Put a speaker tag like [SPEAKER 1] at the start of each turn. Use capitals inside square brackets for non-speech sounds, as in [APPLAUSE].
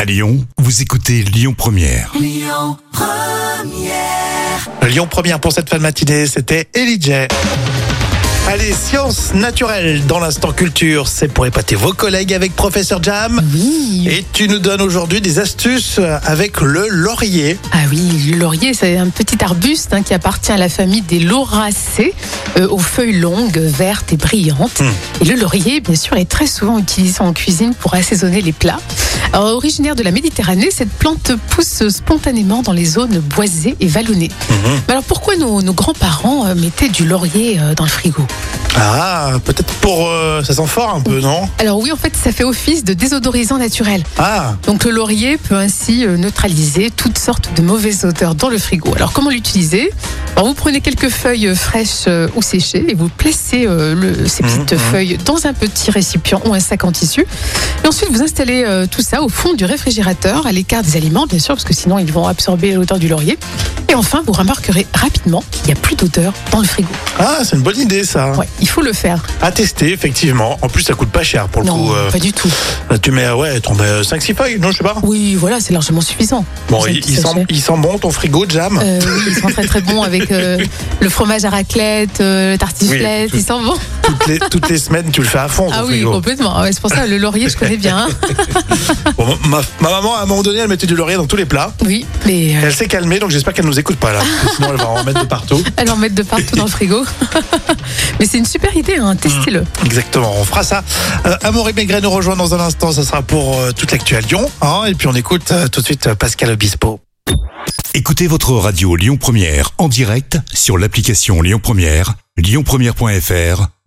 [SPEAKER 1] À Lyon, vous écoutez Lyon Première.
[SPEAKER 2] Lyon Première pour cette fin de matinée, c'était Elijah. Allez, sciences naturelles dans l'instant culture, c'est pour épater vos collègues avec Professeur Jam. Et tu nous donnes aujourd'hui des astuces avec le laurier.
[SPEAKER 3] Ah oui, le laurier, c'est un petit arbuste hein, qui appartient à la famille des lauracées, euh, aux feuilles longues, vertes et brillantes. Et le laurier, bien sûr, est très souvent utilisé en cuisine pour assaisonner les plats. Alors, originaire de la Méditerranée, cette plante pousse spontanément dans les zones boisées et vallonnées. Mais alors pourquoi nos, nos grands-parents euh, mettaient du laurier euh, dans le frigo
[SPEAKER 2] Ah, peut-être pour... euh, ça sent fort un peu, non
[SPEAKER 3] Alors oui, en fait, ça fait office de désodorisant naturel.
[SPEAKER 2] Ah,
[SPEAKER 3] Donc le laurier peut ainsi euh, neutraliser toutes sortes de mauvaises odeurs dans le frigo. Alors comment l'utiliser Alors, Vous prenez quelques feuilles euh, fraîches euh, ou séchées et vous placez euh, le- ces
[SPEAKER 2] Mhm,
[SPEAKER 3] petites
[SPEAKER 2] mhm.
[SPEAKER 3] feuilles dans un petit récipient ou un sac en tissu. Et ensuite vous installez euh, tout ça au fond du réfrigérateur, à l'écart des aliments bien sûr, parce que sinon ils vont absorber l'odeur du laurier. Et enfin vous remarquerez rapidement qu'il n'y a plus d'odeur dans le frigo.
[SPEAKER 2] ah c'est une bonne idée ça.
[SPEAKER 3] Ouais, il faut le faire.
[SPEAKER 2] À tester, effectivement. En plus, ça coûte pas cher pour le
[SPEAKER 3] non,
[SPEAKER 2] coup. euh,
[SPEAKER 3] pas du tout.
[SPEAKER 2] tu mets, euh, ouais, t'en mets 5-6 feuilles, non, je sais pas.
[SPEAKER 3] Oui, voilà, c'est largement suffisant.
[SPEAKER 2] Bon,
[SPEAKER 3] Dans un
[SPEAKER 2] il,
[SPEAKER 3] petit
[SPEAKER 2] il
[SPEAKER 3] sachet.
[SPEAKER 2] sent, il sent bon ton frigo, Jam
[SPEAKER 3] Euh, oui, ils sont très très bons avec euh, le fromage à raclette, euh, le
[SPEAKER 2] Oui,
[SPEAKER 3] tartiflette,
[SPEAKER 2] tout-
[SPEAKER 3] ils sont bons.
[SPEAKER 2] toutes, les, toutes les semaines, tu le fais à fond, ton
[SPEAKER 3] Ah oui,
[SPEAKER 2] frigo.
[SPEAKER 3] complètement. Ouais, c'est pour ça le laurier, je connais
[SPEAKER 2] [LAUGHS]
[SPEAKER 3] bien. hein.
[SPEAKER 2] Bon, ma, ma maman, à un moment donné, elle mettait du laurier dans tous les plats.
[SPEAKER 3] Oui, mais euh,
[SPEAKER 2] Elle s'est calmée, donc j'espère qu'elle nous écoute pas là. parce que Sinon, elle va en mettre de partout.
[SPEAKER 3] elle en met de partout dans le frigo. [LAUGHS] mais c'est une super idée, hein, testez-le.
[SPEAKER 2] Exactement, on fera ça. Euh, Amaury Maigret nous rejoint dans un instant, ça sera pour euh, toute l'actu à Lyon. hein, et puis on écoute euh, tout de suite euh, Pascal Obispo.
[SPEAKER 1] Écoutez votre radio Lyon Première en direct sur l'application Lyon Première, lyonpremière.fr